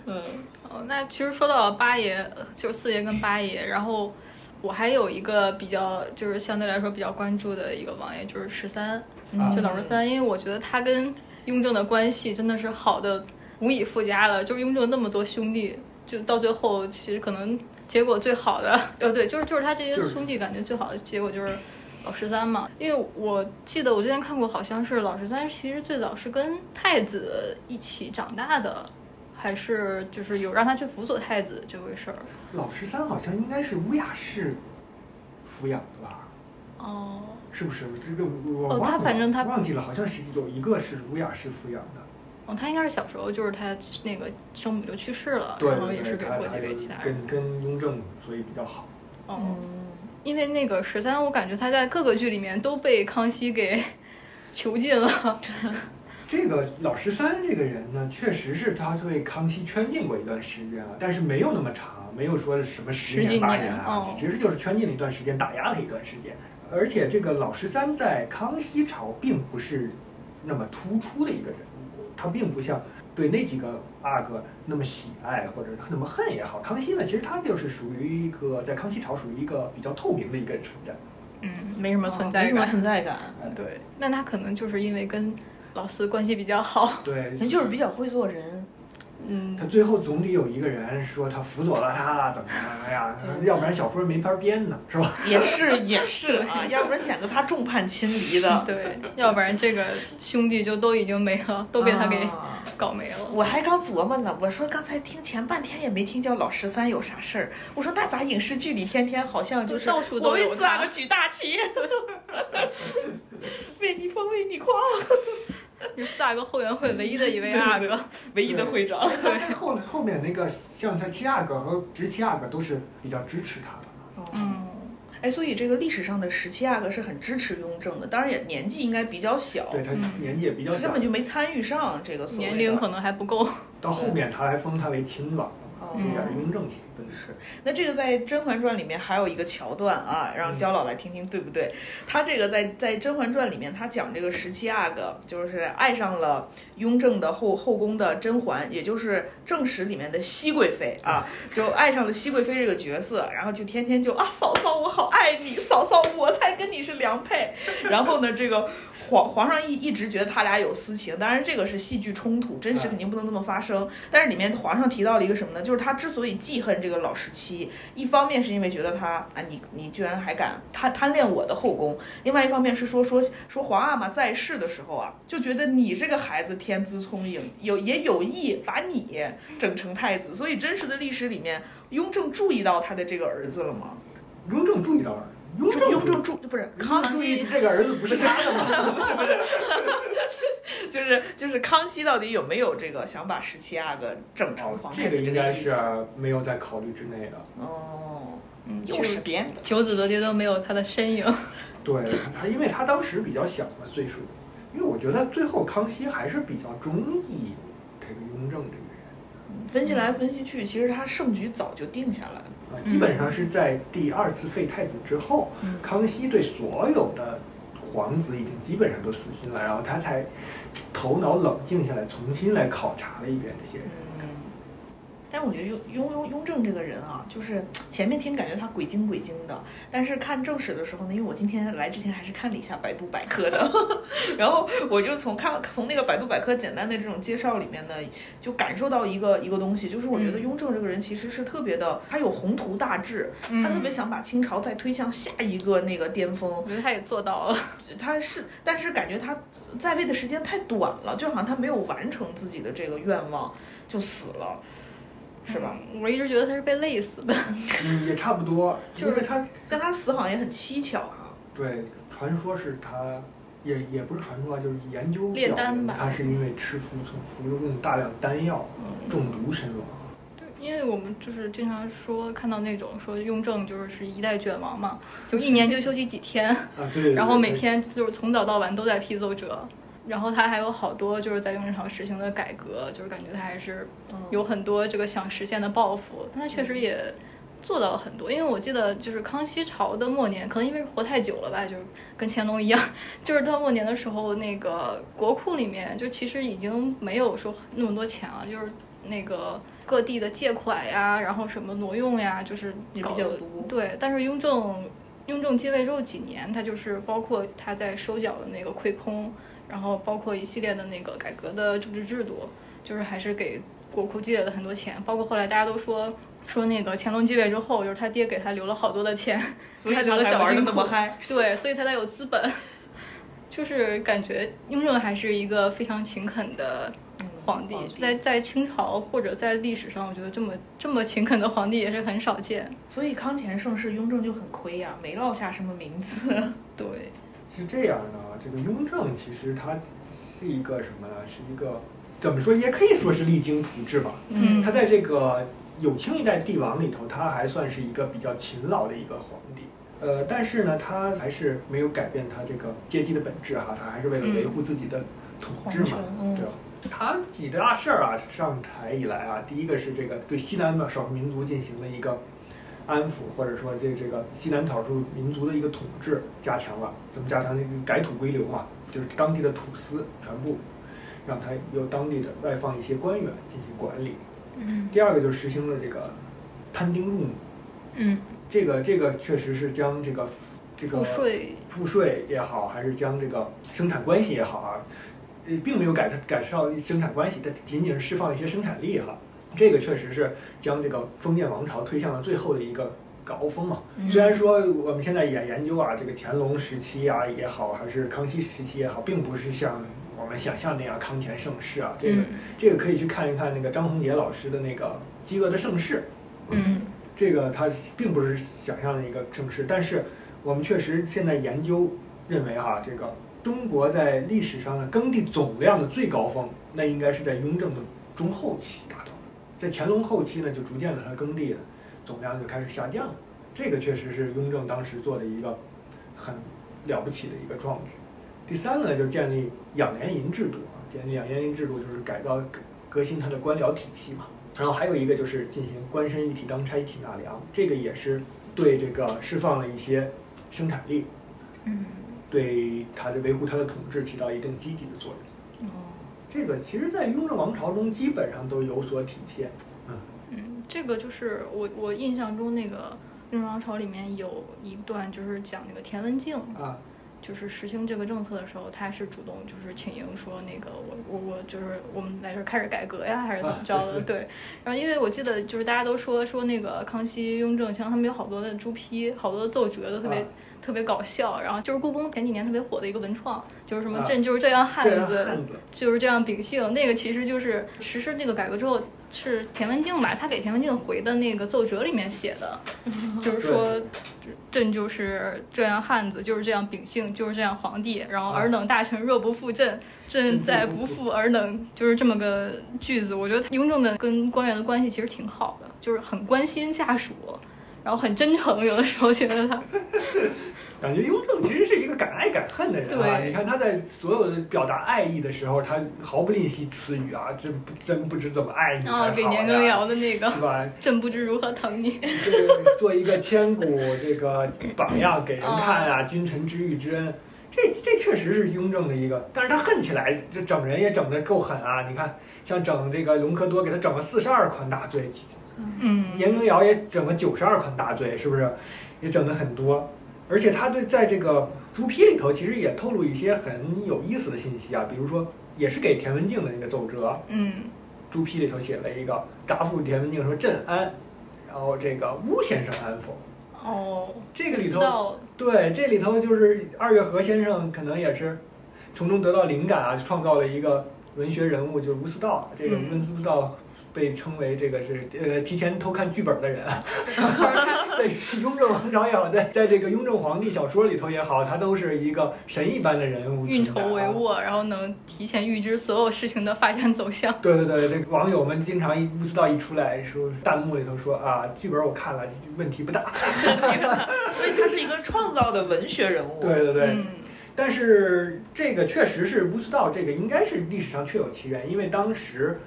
嗯
哦，那其实说到八爷，就是四爷跟八爷，然后我还有一个比较，就是相对来说比较关注的一个王爷，就是十三，
啊
嗯
就老十三，因为我觉得他跟雍正的关系真的是好的无以复加了，就是雍正那么多兄弟，就到最后其实可能结果最好的， 呃，对，就是就是他这些
就是
兄弟感觉最好的结果就是。老十三嘛，因为我记得我之前看过，好像是老十三其实最早是跟太子一起长大的，还是就是有让他去辅佐太子这回事儿。
老十三好像应该是乌雅氏抚养的吧？
哦，
是不是？这个我忘
哦
了，
他反正他
忘记了，好像是有一个是乌雅氏抚养的，
哦，他应该是小时候就是他那个生母就去世了，
对
然后也
对
是给
对，他
过
他
继给
就
其他人。
跟跟雍正所以比较好。
哦，
嗯，
因为那个十 三，我感觉他在各个剧里面都被康熙给囚禁了。
这个老十三这个人呢，确实是他对康熙圈禁过一段时间啊，但是没有那么长，没有说什么十
十几
年八
年
啊，
哦
其实就是圈禁了一段时间，打压了一段时间。而且这个老十三在康熙朝并不是那么突出的一个人物，他并不像对那几个阿哥那么喜爱或者那么恨也好。康熙呢，其实他就是属于一个在康熙朝属于一个比较透明的一个存在。
嗯，没什么存
没
在
什么
感。
存在感，
对，那他可能就是因为跟老四关系比较好，
对
可，能就是比较会做人。
嗯
他，最后总得有一个人说他辅佐了他了，怎么怎么呀？要不然小说没法编呢，是吧？
也是也 是啊，要不然显得他众叛亲离的，
对，要不然这个兄弟就都已经没了，都被他给
啊
搞没了。
我还刚琢磨呢，我说刚才听前半天也没听叫老十三有啥事儿，我说那咋影视剧里天天好像就是
就到处都有
我为四阿
他
哥举大 旗，为你疯为你狂，
就四阿哥后援会唯一的 一位阿
对对
哥，
唯一的会长。
但是 后后面那个像他七阿哥和直七阿哥都是比较支持他的。
嗯，
哎，所以这个历史上的十七阿哥是很支持雍正的，当然也年纪应该比较小，
对他
嗯
年纪也比较
他
小
根本，就没参与上这个所谓的
年龄可能还不够。
到后面他还封他为亲王了嘛，
哦
有点雍正气氛。
是，那这个在《甄嬛传》里面还有一个桥段啊，
嗯
让焦老来听听对不对？他这个在在《甄嬛传》里面，他讲这个十七阿哥就是爱上了雍正的后后宫的甄嬛，也就是正史里面的熹贵妃啊，就爱上了熹贵妃这个角色，然后就天天就啊嫂嫂我好爱你，嫂嫂我才跟你是良配。然后呢，这个皇皇上一一直觉得他俩有私情，当然这个是戏剧冲突，真实肯定不能这么发生。但是里面皇上提到了一个什么呢？就是他之所以记恨这个老十七，一方面是因为觉得他啊，你你居然还敢贪贪恋我的后宫；另外一方面是说说说皇阿玛在世的时候啊，就觉得你这个孩子天资聪颖，有也有意把你整成太子。所以真实的历史里面，雍正注意到他的这个儿子了吗？
雍正注意到了，雍正
雍正注不是康
雍正注
熙
意这个儿子不是他的吗？
就是就是康熙到底有没有这个想把十七阿哥整成
哦
皇
这
太
个
子这
应该
个意
是
思？
没有在考虑之内的。
哦，
嗯，
又
就是是
编的。
九子夺嫡都没有他的身影。
对他，因为他当时比较小嘛，岁数。因为我觉得最后康熙还是比较中意这个雍正这个人。
分析来分析去，其实他胜局早就定下来了。
啊，基本上是在第二次废太子之后，
嗯
康熙对所有的皇子已经基本上都死心了，然后他才头脑冷静下来，重新来考察了一遍这些人。
嗯
但是我觉得雍雍雍雍正这个人啊，就是前面听感觉他鬼精鬼精的，但是看正史的时候呢，因为我今天来之前还是看了一下百度百科的， 然后我就从看从那个百度百科简单的这种介绍里面呢，就感受到一个一个东西，就是我觉得
嗯
雍正这个人其实是特别的，他有宏图大志，
嗯
他特别想把清朝再推向下一个那个巅峰，
我觉得他也做到了。
他是，但是感觉他在位的时间太短了，就好像他没有完成自己的这个愿望就死了，是吧？
嗯？我一直觉得他是被累死的。
嗯，也差不多，
就
因
是
为他
但他死好像也很蹊跷啊。
对传说是他。也也不是传说啊，就是研究
炼
表
丹
明
吧
他是因为吃服从服用大量丹药中毒身亡。
对，因为我们就是经常说看到那种说雍正就是是一代卷王嘛，就一年就休息几天，
啊，对对对
然后每天就是从早到晚都在批奏折，然后他还有好多就是在雍正朝实行的改革，就是感觉他还是嗯有很多这个想实现的抱负，但他确实也做到了很多。因为我记得就是康熙朝的末年，可能因为活太久了吧，就是跟乾隆一样，就是到末年的时候，那个国库里面就其实已经没有说那么多钱了，就是那个各地的借款呀，然后什么挪用呀，就是
也比
搞
较
得
多
对，但是雍正雍正继位之后几年，他就是包括他在收缴的那个亏空，然后包括一系列的那个改革的政治制度，就是还是给国库积累了很多钱。包括后来大家都说说那个乾隆继位之后，就是他爹给他留了好多的钱，
所以
他
他
留了
才
小
玩的
金
那么
库。
嗨。
对，所以他才有资本。 就是感觉雍正还是一个非常勤恳的皇帝，
嗯皇帝
在在清朝或者在历史上，我觉得这么这么勤恳的皇帝也是很少见。
所以康乾盛世，雍正就很亏呀、没落下什么名字。
对，
是这样的，啊，这个雍正其实他是一个什么呢？是一个怎么说，也可以说是励精图治吧。
嗯
他在这个有清一代帝王里头，他还算是一个比较勤劳的一个皇帝。呃，但是呢，他还是没有改变他这个阶级的本质哈，他还是为了维护自己的统治
皇
嘛
权，嗯
对吧？他几大事儿啊，上台以来啊，第一个是这个对西南少数民族进行了一个安抚，或者说这这个西南少数民族的一个统治加强了，怎么加强？这个改土归流嘛，就是当地的土司全部让他由当地的外放一些官员进行管理。
嗯
第二个就是实行了这个摊丁入亩，
嗯，
这个这个确实是将这个这个
赋税
赋税也好，还是将这个生产关系也好啊，呃，并没有改改善生产关系，但仅仅是释放一些生产力哈。这个确实是将这个封建王朝推向了最后的一个高峰嘛。
嗯
虽然说我们现在也研究啊，这个乾隆时期啊也好，还是康熙时期也好，并不是像我们想象那样康乾盛世啊。这个、
嗯
这个可以去看一看那个张宏杰老师的那个《饥饿的盛世》。
嗯
这个它并不是想象的一个盛世，但是我们确实现在研究认为哈、这个中国在历史上的耕地总量的最高峰，那应该是在雍正的中后期达到的，在乾隆后期呢，就逐渐的它耕地总量就开始下降了，这个确实是雍正当时做的一个很了不起的一个壮举。第三个呢，就是建立养廉银制度啊，建立养廉银制度就是改造革革新它的官僚体系嘛。然后还有一个就是进行官绅一体当差一体纳粮，这个也是对这个释放了一些生产力，
嗯
对它的维护它的统治起到一定积极的作用。
嗯
这个其实，在雍正王朝中基本上都有所体现。嗯，
嗯，这个就是我我印象中那个《雍正王朝》里面有一段就是讲那个田文镜，
啊，
就是实行这个政策的时候，他是主动就是请缨说那个我我我就是我们来这儿开始改革呀，还是怎么着的？
啊
对。然后因为我记得就是大家都说说那个康熙、雍正，像他们有好多的朱批，好多的奏折都特别、
啊
特别搞笑。然后就是故宫前几年特别火的一个文创，就是什么
啊
朕就是这样汉
这样
子，
汉子
就是这样秉性。那个其实就是实施那个改革之后。是田文镜吧？他给田文镜回的那个奏折里面写 的，就是说朕就是这样汉子，就是这样秉性，就是这样皇帝。然后
啊嗯
尔等大臣若不负朕，朕再不负尔等，就是这么个句子。我觉得雍正的跟官员的关系其实挺好的，就是很关心下属，然后很真诚。有的时候觉得 他，
感觉雍正其实是一个敢爱敢恨的人啊！
对
你看他在所有的表达爱意的时候，他毫不吝惜词语啊，真不真不知怎么爱你才
然
好
后
呀，
哦给年羹尧的那
是
个，
吧？
朕不知如何疼你。
这个做一个千古这个榜样给人看 啊，君臣之遇之恩，这这确实是雍正的一个，但是他恨起来，这整人也整得够狠啊！你看，像整这个隆科多给他整了四十二款大罪，
嗯，
年羹尧也整了九十二款大罪，是不是？也整了很多，而且他对在这个朱批里头，其实也透露一些很有意思的信息啊，比如说也是给田文镜的那个奏折，
嗯
朱批里头写了一个答复田文镜说朕安，然后这个巫先生安否？
哦，
这个
不
里
知
头，
道，
对这里头就是二月河先生可能也是从中得到灵感啊，创造了一个文学人物，就是乌斯道。这个
嗯
温斯道被称为这个是呃提前偷看剧本的 人，
就是他，
在雍正王朝也好，在在这个雍正皇帝小说里头也好，他都是一个神一般的人物，啊
运筹帷。幄，然后能提前预知所有事情的发展走向。
对对对，这个网友们经常一乌斯道一出来说，弹幕里头说啊，剧本我看了，问题不大。
所以他是一个创造的文学人物。
对 对对，
嗯
但是这个确实是乌斯道，这个应该是历史上确有其原，因为当时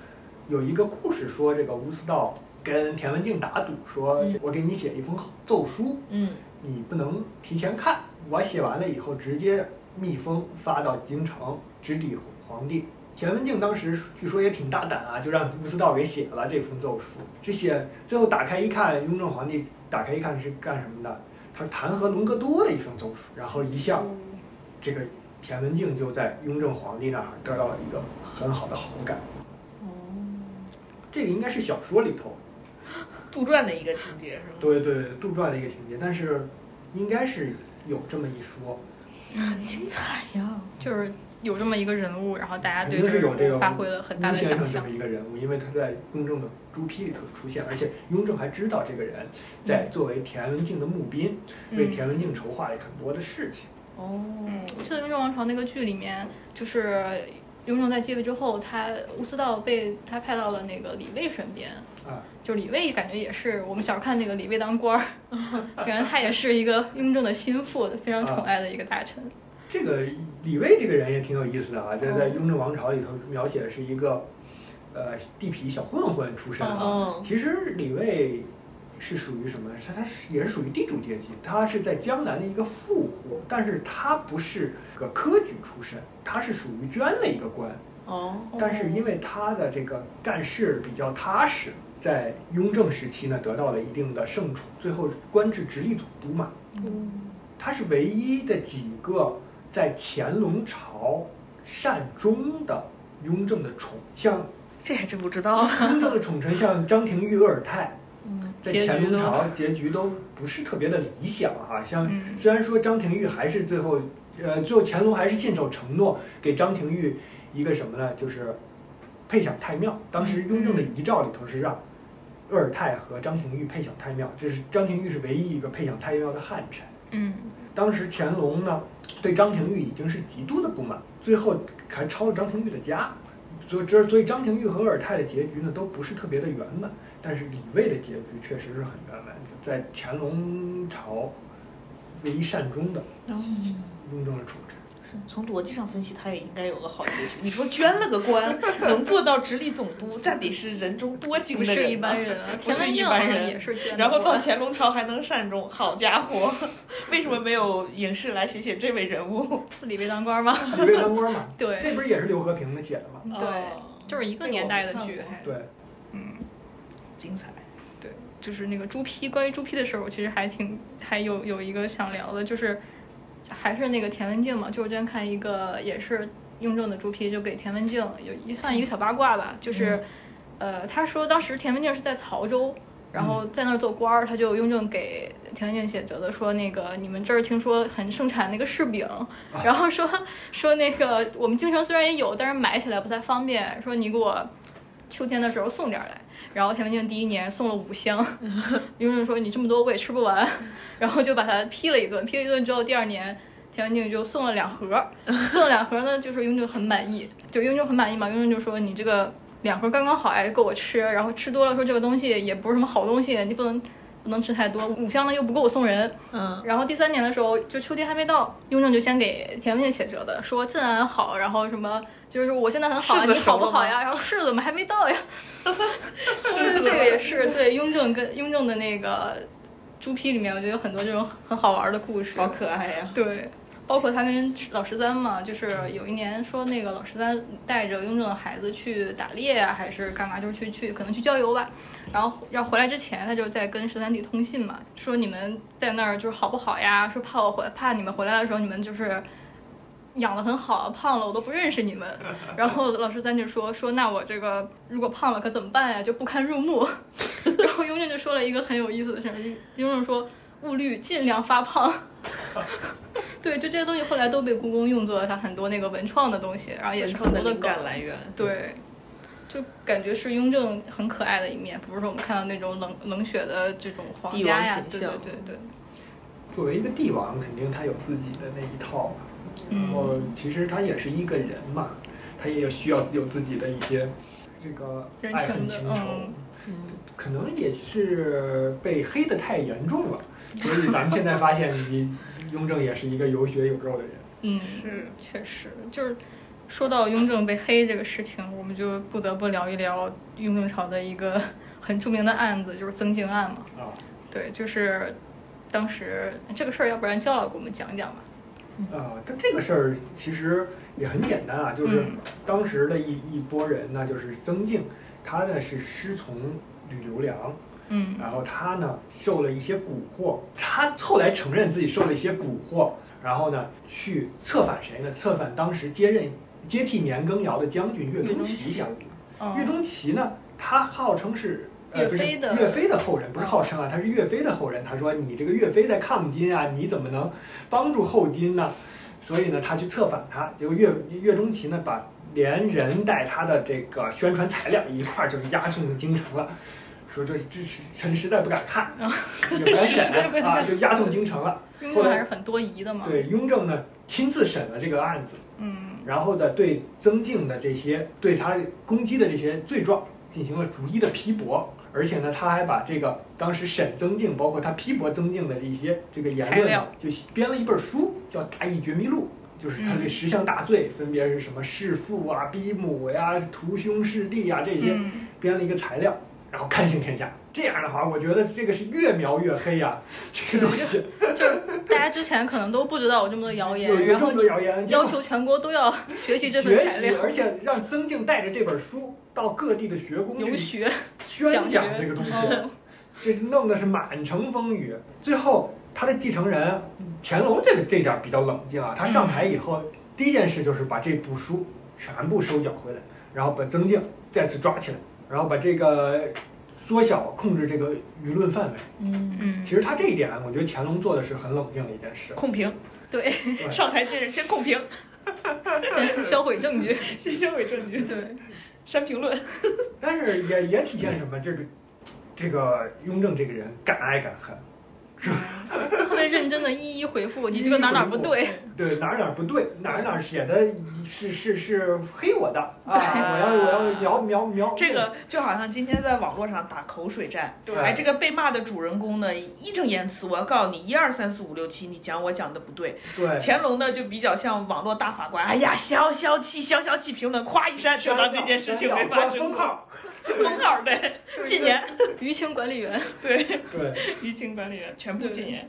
有一个故事说，这个乌斯道跟田文镜打赌说，
嗯
我给你写一封奏书，
嗯，
你不能提前看，我写完了以后直接密封发到京城，直抵皇帝。田文镜当时据说也挺大胆啊，就让乌斯道给写了这封奏书。这写最后打开一看，雍正皇帝打开一看是干什么的？他是弹劾隆科多的一封奏书，然后一下这个田文镜就在雍正皇帝那儿得到了一个很好的好感。
哦
这个应该是小说里头
杜撰的一个情节是吗？
对对对杜撰的一个情节，但是应该是有这么一说。
嗯
很精彩呀！
就是有这么一个人物，然后大家
肯
对
定是有这
人
个
物发挥了很大的
吴先
想
生这
象
么。一个人物，因为他在雍正的朱批里头出现，而且雍正还知道这个人
嗯
在作为田文镜的募兵，为田文镜筹划了很多的事情。
哦，
嗯，我记得《雍正王朝》那个剧里面，就是雍正在继位之后，他乌斯道被他派到了那个李卫身边。
啊，
就李卫感觉也是我们小时候看那个
啊
李卫当官儿，感觉他也是一个雍正的心腹，非常宠爱的一个大臣。
这个李卫这个人也挺有意思的啊，这在
哦
《雍正王朝》里头描写的是一个呃地痞小混混出身啊。
哦
嗯
其实李卫是属于什么？是他是也是属于地主阶级，他是在江南的一个富户，但是他不是个科举出身，他是属于捐的一个官。
哦，
但是因为他的这个干事比较踏实，在雍正时期呢得到了一定的圣宠，最后官至直隶总督嘛。
嗯
他是唯一的几个在乾隆朝善终的雍正的宠，像
这还真不知道。
雍正的宠臣像张廷玉、鄂尔泰，
嗯
在
结局
乾隆
都
朝结局都不是特别的理想哈、像
嗯
虽然说张廷玉还是最后，呃，最后乾隆还是信守承诺，给张廷玉一个什么呢？就是配享太庙。当时雍正的遗诏里头是让鄂尔泰和张廷玉配享太庙，这是张廷玉是唯一一个配享太庙的汉臣。
嗯
当时乾隆呢，对张廷玉已经是极度的不满，最后还抄了张廷玉的家，所以这所以张廷玉和鄂尔泰的结局呢都不是特别的圆满，但是李卫的结局确实是很圆满，在乾隆朝唯一善终的
嗯，
雍正的处置。
是从逻辑上分析，他也应该有个好结局。你说捐了个官，能做到直隶总督，这得是人中多精
不
的人啊，
是一般人啊，
不
田
是
文
一
镜好
般
像
人
也是捐的
然后到
吧
乾隆朝还能善终，好家伙，为什么没有影视来写写这位人物？
李卫当官吗？
李卫当官嘛，
对
这不是也是刘和平的写的吗？
对，
哦
就是一个年代的剧，还
对，
嗯，
精彩。
对，就是那个猪批，关于猪批的事儿，我其实还挺还有有一个想聊的，就是还是那个田文镜嘛，就是我之前看一个也是雍正的猪批，就给田文镜有一算一个小八卦吧，就是、呃，他说当时田文镜是在曹州。然后在那儿做官儿，他就雍正给田文镜写折子说，那个你们这儿听说很盛产那个柿饼，然后说说那个我们京城虽然也有，但是买起来不太方便，说你给我秋天的时候送点儿来。然后田文镜第一年送了五箱，雍正说你这么多我也吃不完， 然后就把他批了一顿，批了一顿之后，第二年田文镜就送了两盒儿，送了两盒儿呢，就是雍正很满意，就雍正很满意嘛，雍正就说你这个两盒儿刚刚好哎，够我吃，然后吃多了说这个东西也不是什么好东西，你不能不能吃太多，五箱呢又不够我送人，
嗯，
然后第三年的时候，就秋天还没到，雍正就先给田文镜写折的，说朕安好，然后什么就是我现在很好啊，
柿子
你好不
熟了吗
好呀？然后是怎么还没到呀？ 这个也是对雍正跟雍正的那个朱批里面，我觉得有很多这种很好玩的故事，
好可爱呀、
对，包括他跟老十三嘛，就是有一年说那个老十三带着雍正的孩子去打猎啊，还是干嘛，就是去去可能去郊游吧。然后要回来之前，他就在跟十三弟通信嘛，说你们在那儿就是好不好呀？说怕我回怕你们回来的时候你们就是。养的很好，胖了我都不认识你们。然后老十三就说说那我这个如果胖了可怎么办呀？就不堪入目。 然后雍正就说了一个很有意思的事，儿，雍正说勿虑尽量发胖。对，就这些东西后来都被故宫用作了它很多那个文创的东西，然后也是很多
的灵
梗。
感来源。
对，就感觉是雍正很可爱的一面，不是说我们看到那种冷冷血的这种皇
帝
家
王
呀
形，
对对
象
对对，
作为一个帝王，肯定他有自己的那一套嘛。然后
嗯，
其实他也是一个人嘛，他也需要有自己的一些这个
人
爱
情
恨
的
情仇。
嗯
嗯，
可能也是被黑的太严重了，所以咱们现在发现，你雍正也是一个有血有肉的人。
嗯，
是
确实就是。说到雍正被黑这个事情，我们就不得不聊一聊雍正朝的一个很著名的案子，就是曾静案嘛。
啊，
对，就是当时这个事儿，要不然焦老给我们讲讲吧。嗯
啊，但这个事儿其实也很简单啊，就是
嗯
当时的一一波人呢，就是曾静，他呢是师从吕留良，
嗯
然后他呢受了一些蛊惑，他后来承认自己受了一些蛊惑，然后呢去策反谁呢？策反当时接任接替年羹尧的将军岳
岳
钟
钟
琪
琪
将军。岳
嗯
钟琪呢，他号称是。呃，
岳
不是
飞的
岳飞的后人，不是号称啊，他是岳飞的后人。他说：“你这个岳飞在抗金啊，你怎么能帮助后金呢？”所以呢，他去策反他。结果岳岳钟琪呢，把连人带他的这个宣传材料一块儿就押送京城了，说这这是臣实在不敢看，
哦
也 不敢审啊，就押送京城了。
雍
后
正
来
还是很多疑的嘛。
对，雍正呢亲自审了这个案子，
嗯
然后呢，对曾静的这些对他攻击的这些罪状进行了逐一的批驳，而且呢，他还把这个当时审曾静，包括他批驳曾静的这些这个言
材
论
料
呢，就编了一本书，叫《大义觉迷录》。就是他这十项大罪分别是什么弑父啊、逼母呀、屠兄弑弟啊这些，
嗯，
编了一个材料，然后看尽天下。这样的话，我觉得这个是越描越黑呀、这个东
嗯
西
就是大家之前可能都不知道有这么多谣
有
言，
一个
然
这
后
么
你
多谣言，
要求全国都要学习这份
学
材
习，
料，
而且让曾静带着这本书到各地的学宫
游
去
学
宣
讲
讲
学
这个东西，
嗯
这弄的是满城风雨。最后，他的继承人乾隆这个这点儿比较冷静啊，他上台以
嗯
后、第一件事就是把这部书全部收缴回来，然后把曾静再次抓起来，然后把这个缩小控制这个舆论范围。
嗯，
嗯
其，实他这一点，我觉得乾隆做的是很冷静的一件 事。
控评，
对，
对
上台见人先控评，
先销毁证据，
先销毁证据，
对，
删评论。
但是也也体现什么？这个这个雍正这个人敢爱敢恨，
特别认真的一一回复你这个哪哪不对，
对哪儿哪儿不对，哪儿哪儿写的是是是黑我的啊！我要我要描描描
这个就好像今天在网络上打口水战，
对
哎，这个被骂的主人公呢，义正言辞，我要告诉你一二三四五六七，你讲我讲的不对。
对
乾隆呢就比较像网络大法官，哎呀，消消气，消消气，评论咵一删，就当这件事情没发生
封
过。
号，
封号对，禁言，
舆情管理员，
对，
对
舆情管理员全部禁言。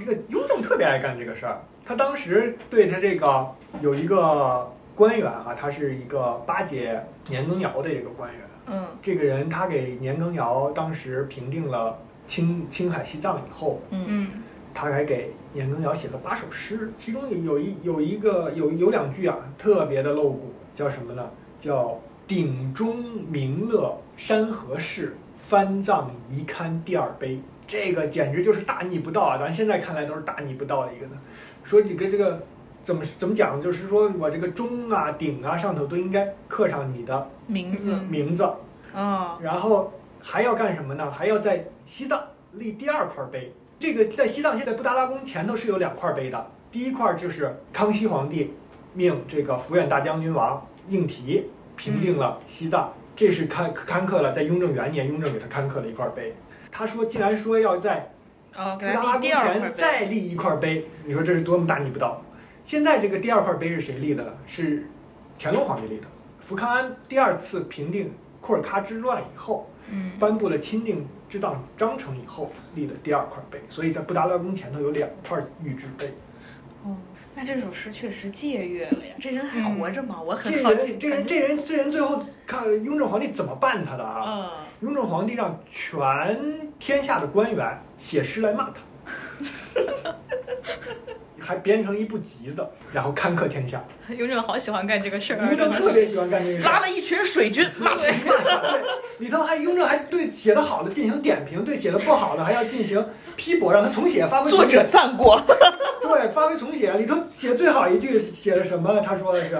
这个雍正特别爱干这个事儿。他当时对他这个有一个官员啊，他是一个巴结年羹尧的一个官员。
嗯
这个人他给年羹尧当时平定了青青海西藏以后，
嗯
嗯
他还给年羹尧写了八首诗，其中有一有一个有有两句啊特别的露骨，叫什么呢？叫“鼎中明乐山河事，翻藏遗堪第二杯”。这个简直就是大逆不道啊！咱现在看来都是大逆不道的一个呢。说几个这个怎么怎么讲，就是说我这个钟啊、鼎啊上头都应该刻上你的
名字
嗯
名字，
啊，
然后还要干什么呢？还要在西藏立第二块碑。这个在西藏现在布达拉宫前头是有两块碑的，第一块就是康熙皇帝命这个抚远大将军王应提平定了西藏，这是刊刊刻了在雍正元年，雍正给他刊刻了一块碑。他说，既然说要在
哦，给
布
他
达拉
立
宫
第二块
前
呗。
再立一块碑，你说这是多么大逆不道！现在这个第二块碑是谁立的呢？是乾隆皇帝立的。福康安第二次平定库尔喀之乱以后，
嗯，
颁布了钦定之藏章程以后立的第二块碑，所以在布达拉宫前头有两块御制碑。
哦，那这首诗确实借阅了呀，这人还
嗯
活着吗？我
这
很好奇。
人，这人，这人，这人最后看雍正皇帝怎么办他的啊？
嗯，
雍正皇帝让全天下的官员写诗来骂他，还编成一部集子，然后刊刻天下。
雍正嗯好喜欢干这个事儿啊，
雍
真
正
的
特
是，
别喜欢干这个事
拉
儿，
了一群水军，骂他。
里头还雍正还对写的好的进行点评，对写的不好的还要进行批驳，让他重写，发挥
作者赞过。
对，发挥重写，里头写最好一句写的什么？他说的是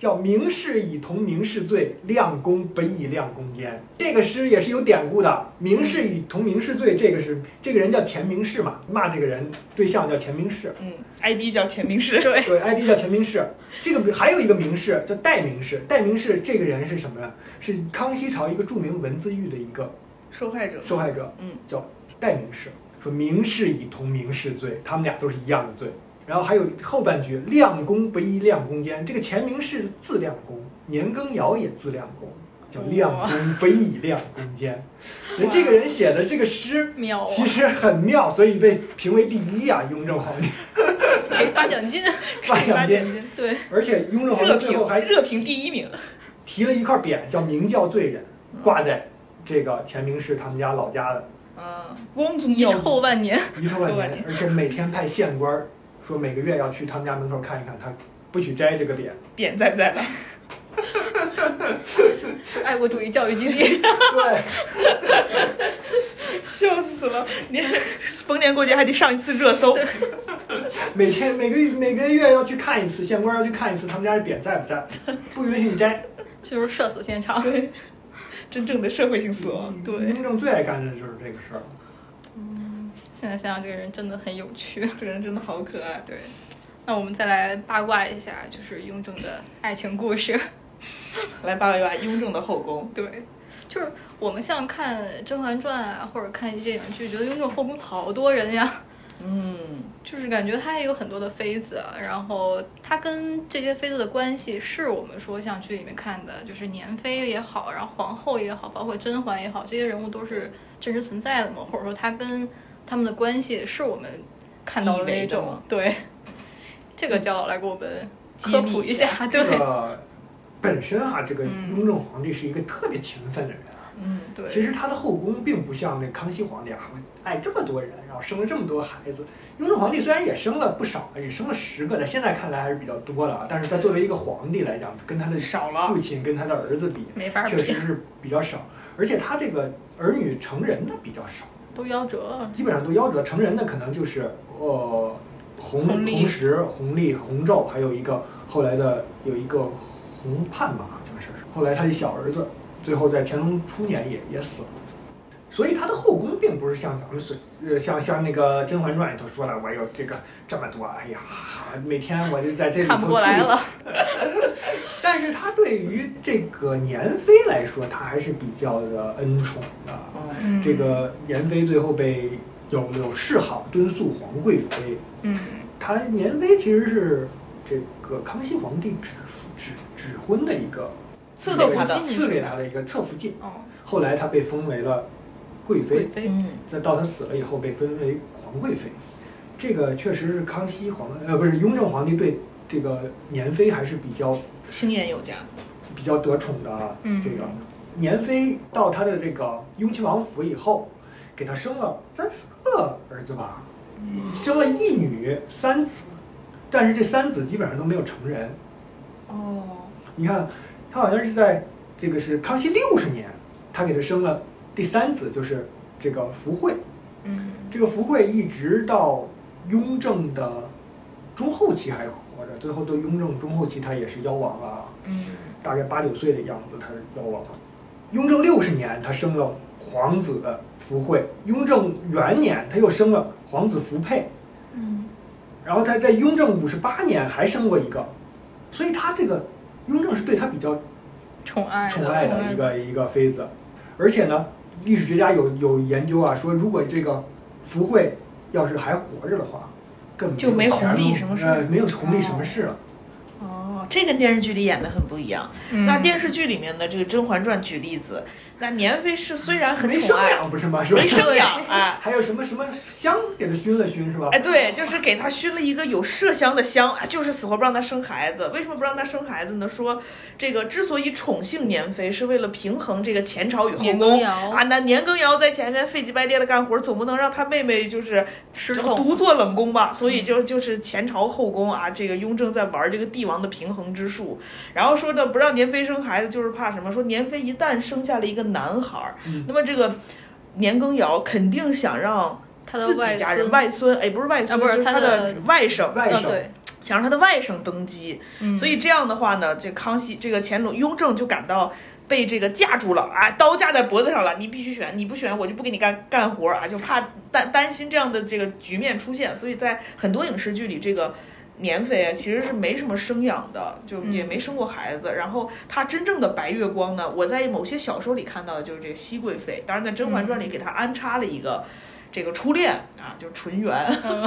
叫“明示以同明示罪，亮公本以亮公奸”。这个诗也是有典故的，“明示以同明示罪”，这个是这个人叫钱明世嘛，骂这个人对象叫钱明世，
嗯，ID 叫钱明士。对，
对，ID 叫钱明世。这个还有一个明世叫戴明世，戴明世这个人是什么呀？是康熙朝一个著名文字狱的一个
受害者。
受害者，
嗯，
叫代名士，说明示以同明示罪，他们俩都是一样的罪。然后还有后半句，亮公不亦亮公奸，这个前明示字亮公，年羹尧也字亮公，叫亮公不亦亮公奸。人这个人写的这个诗。
秒
其
啊，
实很妙，所以被评为第一啊，雍正皇帝
给发 奖金，
发
发奖
奖金。
金。
对，
而且雍正皇
热
帝最
评
后还
热评第一名。
提了一块匾，叫“明教罪人”，挂在这个前明氏他们家老家的
嗯，光宗
遗臭万年，
遗臭万年，而且每天派县官儿说每个月要去他们家门口看一看，他不许摘这个 匾。
匾在不在吧？
爱国主义教育 基地，
对，
笑死了！你 逢年过节还得上一次热搜。
每天每个月每个月要去看一次，县官儿要去看一次他们家的匾在不 在，不允许你摘。
就是社死现场，
真正的社会性死亡。
对
雍正最爱干的就是这个事儿。
现在想想这个人真的很有趣，
这个人真的好可爱。
对。那我们再来八卦一下，就是雍正的爱情故事。
来八卦雍正的后宫。
对，就是我们像看《甄嬛传》啊，或者看一些影剧，觉得雍正后宫好多人呀，
嗯，
就是感觉他也有很多的妃子啊，然后他跟这些妃子的关系是我们说像剧里面看的，就是年妃也好，然后皇后也好，包括甄嬛也好，这些人物都是真实存在的嘛，或者说他跟他们的关系是我们看到的那
以为的
种
吗。
对，这个焦老来给我们
揭
科
秘
普
一
一
下
下，
这
对
个本身哈、这个
嗯
雍正皇帝是一个特别勤奋的人啊。
嗯，
对，
其实他的后宫并不像那康熙皇帝啊，爱这么多人，然后生了这么多孩子。雍正皇帝虽然也生了不少，也生了十个，但现在看来还是比较多了啊。但是他作为一个皇帝来讲，跟他的
少了
父亲跟他的儿子比，
没法
确
比
实，是比较少。而且他这个儿女成人的比较少，
都夭折了。
基本上都夭折。成人的可能就是呃弘
弘历
弘时、弘历、弘昼，还有一个后来的有一个弘盼吧，好像是。后来他的小儿子，最后在乾隆初年也也死了。所以他的后宫并不是像咱们所呃像像那个《甄嬛传》里头说了，我有这个这么多，哎呀，每天我就在这里头
看不过来
去
了，
但是他对于这个年妃来说，他还是比较的恩宠的。
嗯
嗯，
这，个年妃最后被有有谥好敦肃皇贵妃，
嗯，
她年妃其实是这个康熙皇帝指指指婚的一个
赐
给
给
她
她
的
赐给她的一个侧福晋，
哦，
后来她被封为了贵
贵
妃，
妃，
嗯，
再到她死了以后被封为皇贵妃。这个确实是康熙皇呃不是雍正皇帝对这个年妃还是比较
青年有加，
比较得宠的啊
嗯
这个年妃到她的这个雍亲王府以后，给她生了三四个儿子吧，
嗯
生了一女三子，但是这三子基本上都没有成人。
哦，
你看，她好像是在这个是康熙六十年，她给她生了第三子，就是这个福慧。
嗯，
这个福慧一直到雍正的中后期还活着，最后到雍正中后期她也是夭亡了。啊
嗯，
大概八九岁的样子，他夭亡了。雍正六十年，他生了皇子福慧；雍正元年，他又生了皇子福佩。
嗯，
然后他在雍正五十八年还生过一个，所以他这个雍正是对他比较
宠爱
宠
的，
爱的一个一个妃子。而且呢，历史学家有有研究啊，说如果这个福慧要是还活着的话，根本
就没
有
弘历
皇
什么事
呃，没有弘历什么事了。
哦，这跟电视剧里演的很不一样。
嗯
那电视剧里面的这个《甄嬛传》举例子，那年妃是虽然很
没
宠
生
爱，
养不是吗？是吧
没？生养，哎。
还有什么什么香给他熏了熏是吧？
哎，对，就是给他熏了一个有麝香的香，哎就是死活不让他生孩子。为什么不让他生孩子呢？说这个之所以宠幸年妃，是为了平衡这个前朝与后
年羹
宫
尧
啊。那年羹尧在前面费劲白咧的干活，总不能让他妹妹就是
失
就
宠，
独坐冷宫吧，所
嗯
以就就是前朝后宫啊，这个雍正在玩这个帝王的平衡之术。然后说的不让年妃生孩子，就是怕什么？说年妃一旦生下了一个男孩儿，
嗯
那么这个年羹尧肯定想让
他的
自己家人
孙，
外孙，哎，不是外孙，
啊不是
就是
他
的
的
外甥，
外
嗯
甥、
对，
想让他的外甥登基。
嗯
所以这样的话呢，这康熙这个乾隆雍正就感到被这个架住了啊，刀架在脖子上了，你必须选，你不选我就不给你干干活啊，就怕担担心这样的这个局面出现，所以在很多影视剧里这个。年妃啊，其实是没什么生养的，就
嗯
也没生过孩子。然后她真正的白月光呢，我在某些小说里看到的就是这个熹贵妃，当然在《甄嬛传》里给她安插了一个这个初恋啊，就是纯元。
嗯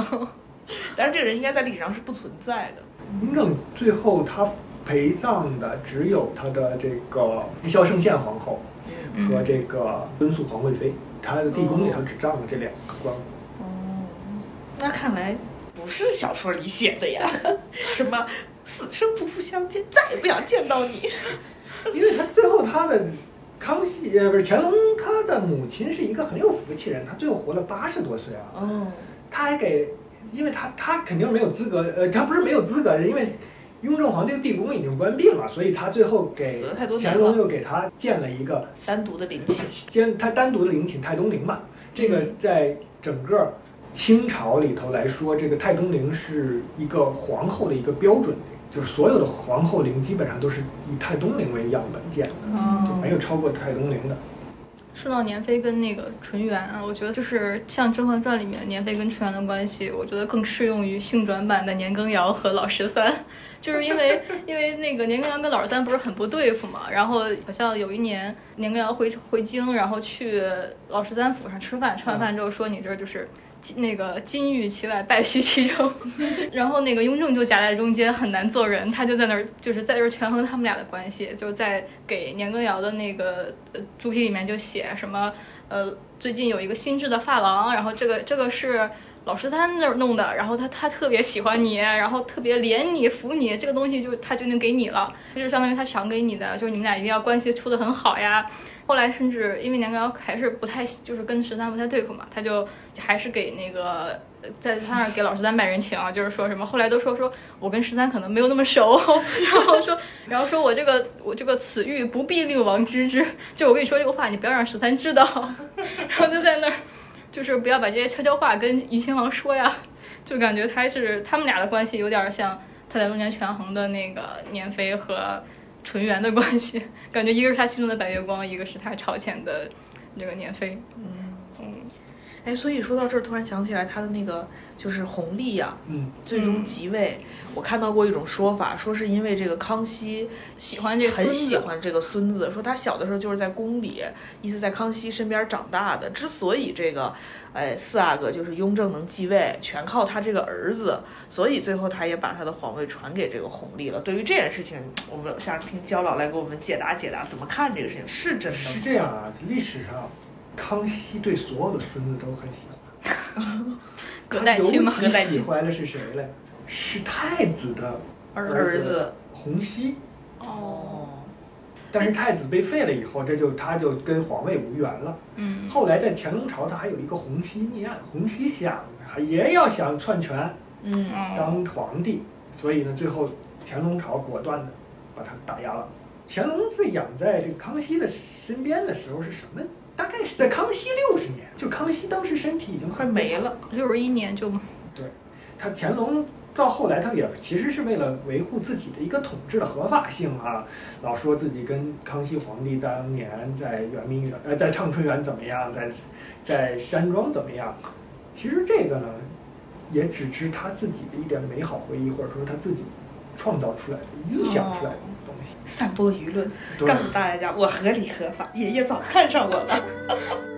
但是这个人应该在历史上是不存在的。
雍正最后他陪葬的只有他的这个孝圣宪皇后
嗯
和这个敦肃皇贵妃，他的地宫里头只葬了这两个棺椁。
哦，那看来不是小说里写的 呀，什么死生不复相见，再也不想见到你。
因为他最后他的康熙呃不是乾隆，他的母亲是一个很有福气人，他最后活了八十多岁啊，
哦，
他还给，因为他他肯定没有资格，呃，他不是没有资格，因为。雍正皇帝的地宫已经关闭了，所以他最后给
死了太多年
乾隆
了
又给他建了一个
单独的灵性。
先他单独的陵寝太东陵嘛，这个
嗯
在整个清朝里头来说，这个太东陵是一个皇后的一个标准陵，就是所有的皇后陵基本上都是以太东陵为样本建的，
哦
就没有超过太东陵的。
嗯说到年妃跟那个纯元啊，我觉得就是像《甄嬛传》里面年妃跟纯元的关系，我觉得更适用于性转版的年羹尧和老十三， 就是因为因为那个年羹尧跟老十三不是很不对付嘛，然后好像有一年年羹尧回回京，然后去老十三府上吃饭，吃完
嗯
饭之后说你这儿就是金那个金玉其外，败絮其中，然后那个雍正就夹在中间，很难做人，他就在那儿就是在这儿权衡他们俩的关系，就是在给年羹尧的那个呃主题里面就写什么呃最近有一个新制的发廊，然后这个这个是。老十三那儿弄的，然后他他特别喜欢你，然后特别怜你服你，这个东西就他就能给你了，这就相当于他赏给你的，就是你们俩一定要关系处得很好呀。后来甚至因为年羹尧还是不太就是跟十三不太对付嘛，他就还是给那个呃在他那儿给老十三卖人情啊，就是说什么后来都说说我跟十三可能没有那么熟， 然后说然后说我这个我这个此欲不必令王知之，就我跟你说这个话，你不要让十三知道， 然后就在那儿。就是不要把这些悄悄话跟怡亲王说呀，就感觉他是他们俩的关系有点像他在中间权衡的那个年妃和纯元的关系，感觉一个是他心中的白月光，一个是他朝前的这个年妃。
哎，所以说到这儿，突然想起来他的那个就是弘历呀、
嗯，
最终即位，我看到过一种说法，说是因为这个康熙
喜欢这个孙
很喜
子，
欢这个孙子，说他小的时候就是在宫里，意思在康熙身边长大的。之所以这个，哎，四阿哥就是雍正能继位，全靠他这个儿子，所以最后他也把他的皇位传给这个弘历了。对于这件事情，我们想听焦老来给我们解答解答，怎么看这个事情是真的
是
吗？
这样啊，历史上康熙对所有的孙子都很喜欢。
隔代亲嘛，
他尤其喜欢的是谁嘞？是太子的
儿子，
弘皙。
哦，
但是太子被废了以后，这就他就跟皇位无缘了。
嗯，
后来在乾隆朝，他还有一个弘皙逆案，弘皙想也要想篡权
嗯
当皇帝，所以呢，最后乾隆朝果断的把他打压了。乾隆被养在这个康熙的身边的时候是什么？大概是在康熙六十年，就康熙当时身体已经
快
快
没了，
六十一年就
他乾隆到后来，他也其实是为了维护自己的一个统治的合法性啊，老说自己跟康熙皇帝当年在圆明园呃在畅春园怎么样，在在山庄怎么样，其实这个呢，也只是他自己的一点美好回忆，或者说他自己创造出来的、臆想出来的东西。
散播舆论，
对
告诉大家我合理合法，爷爷早看上我了。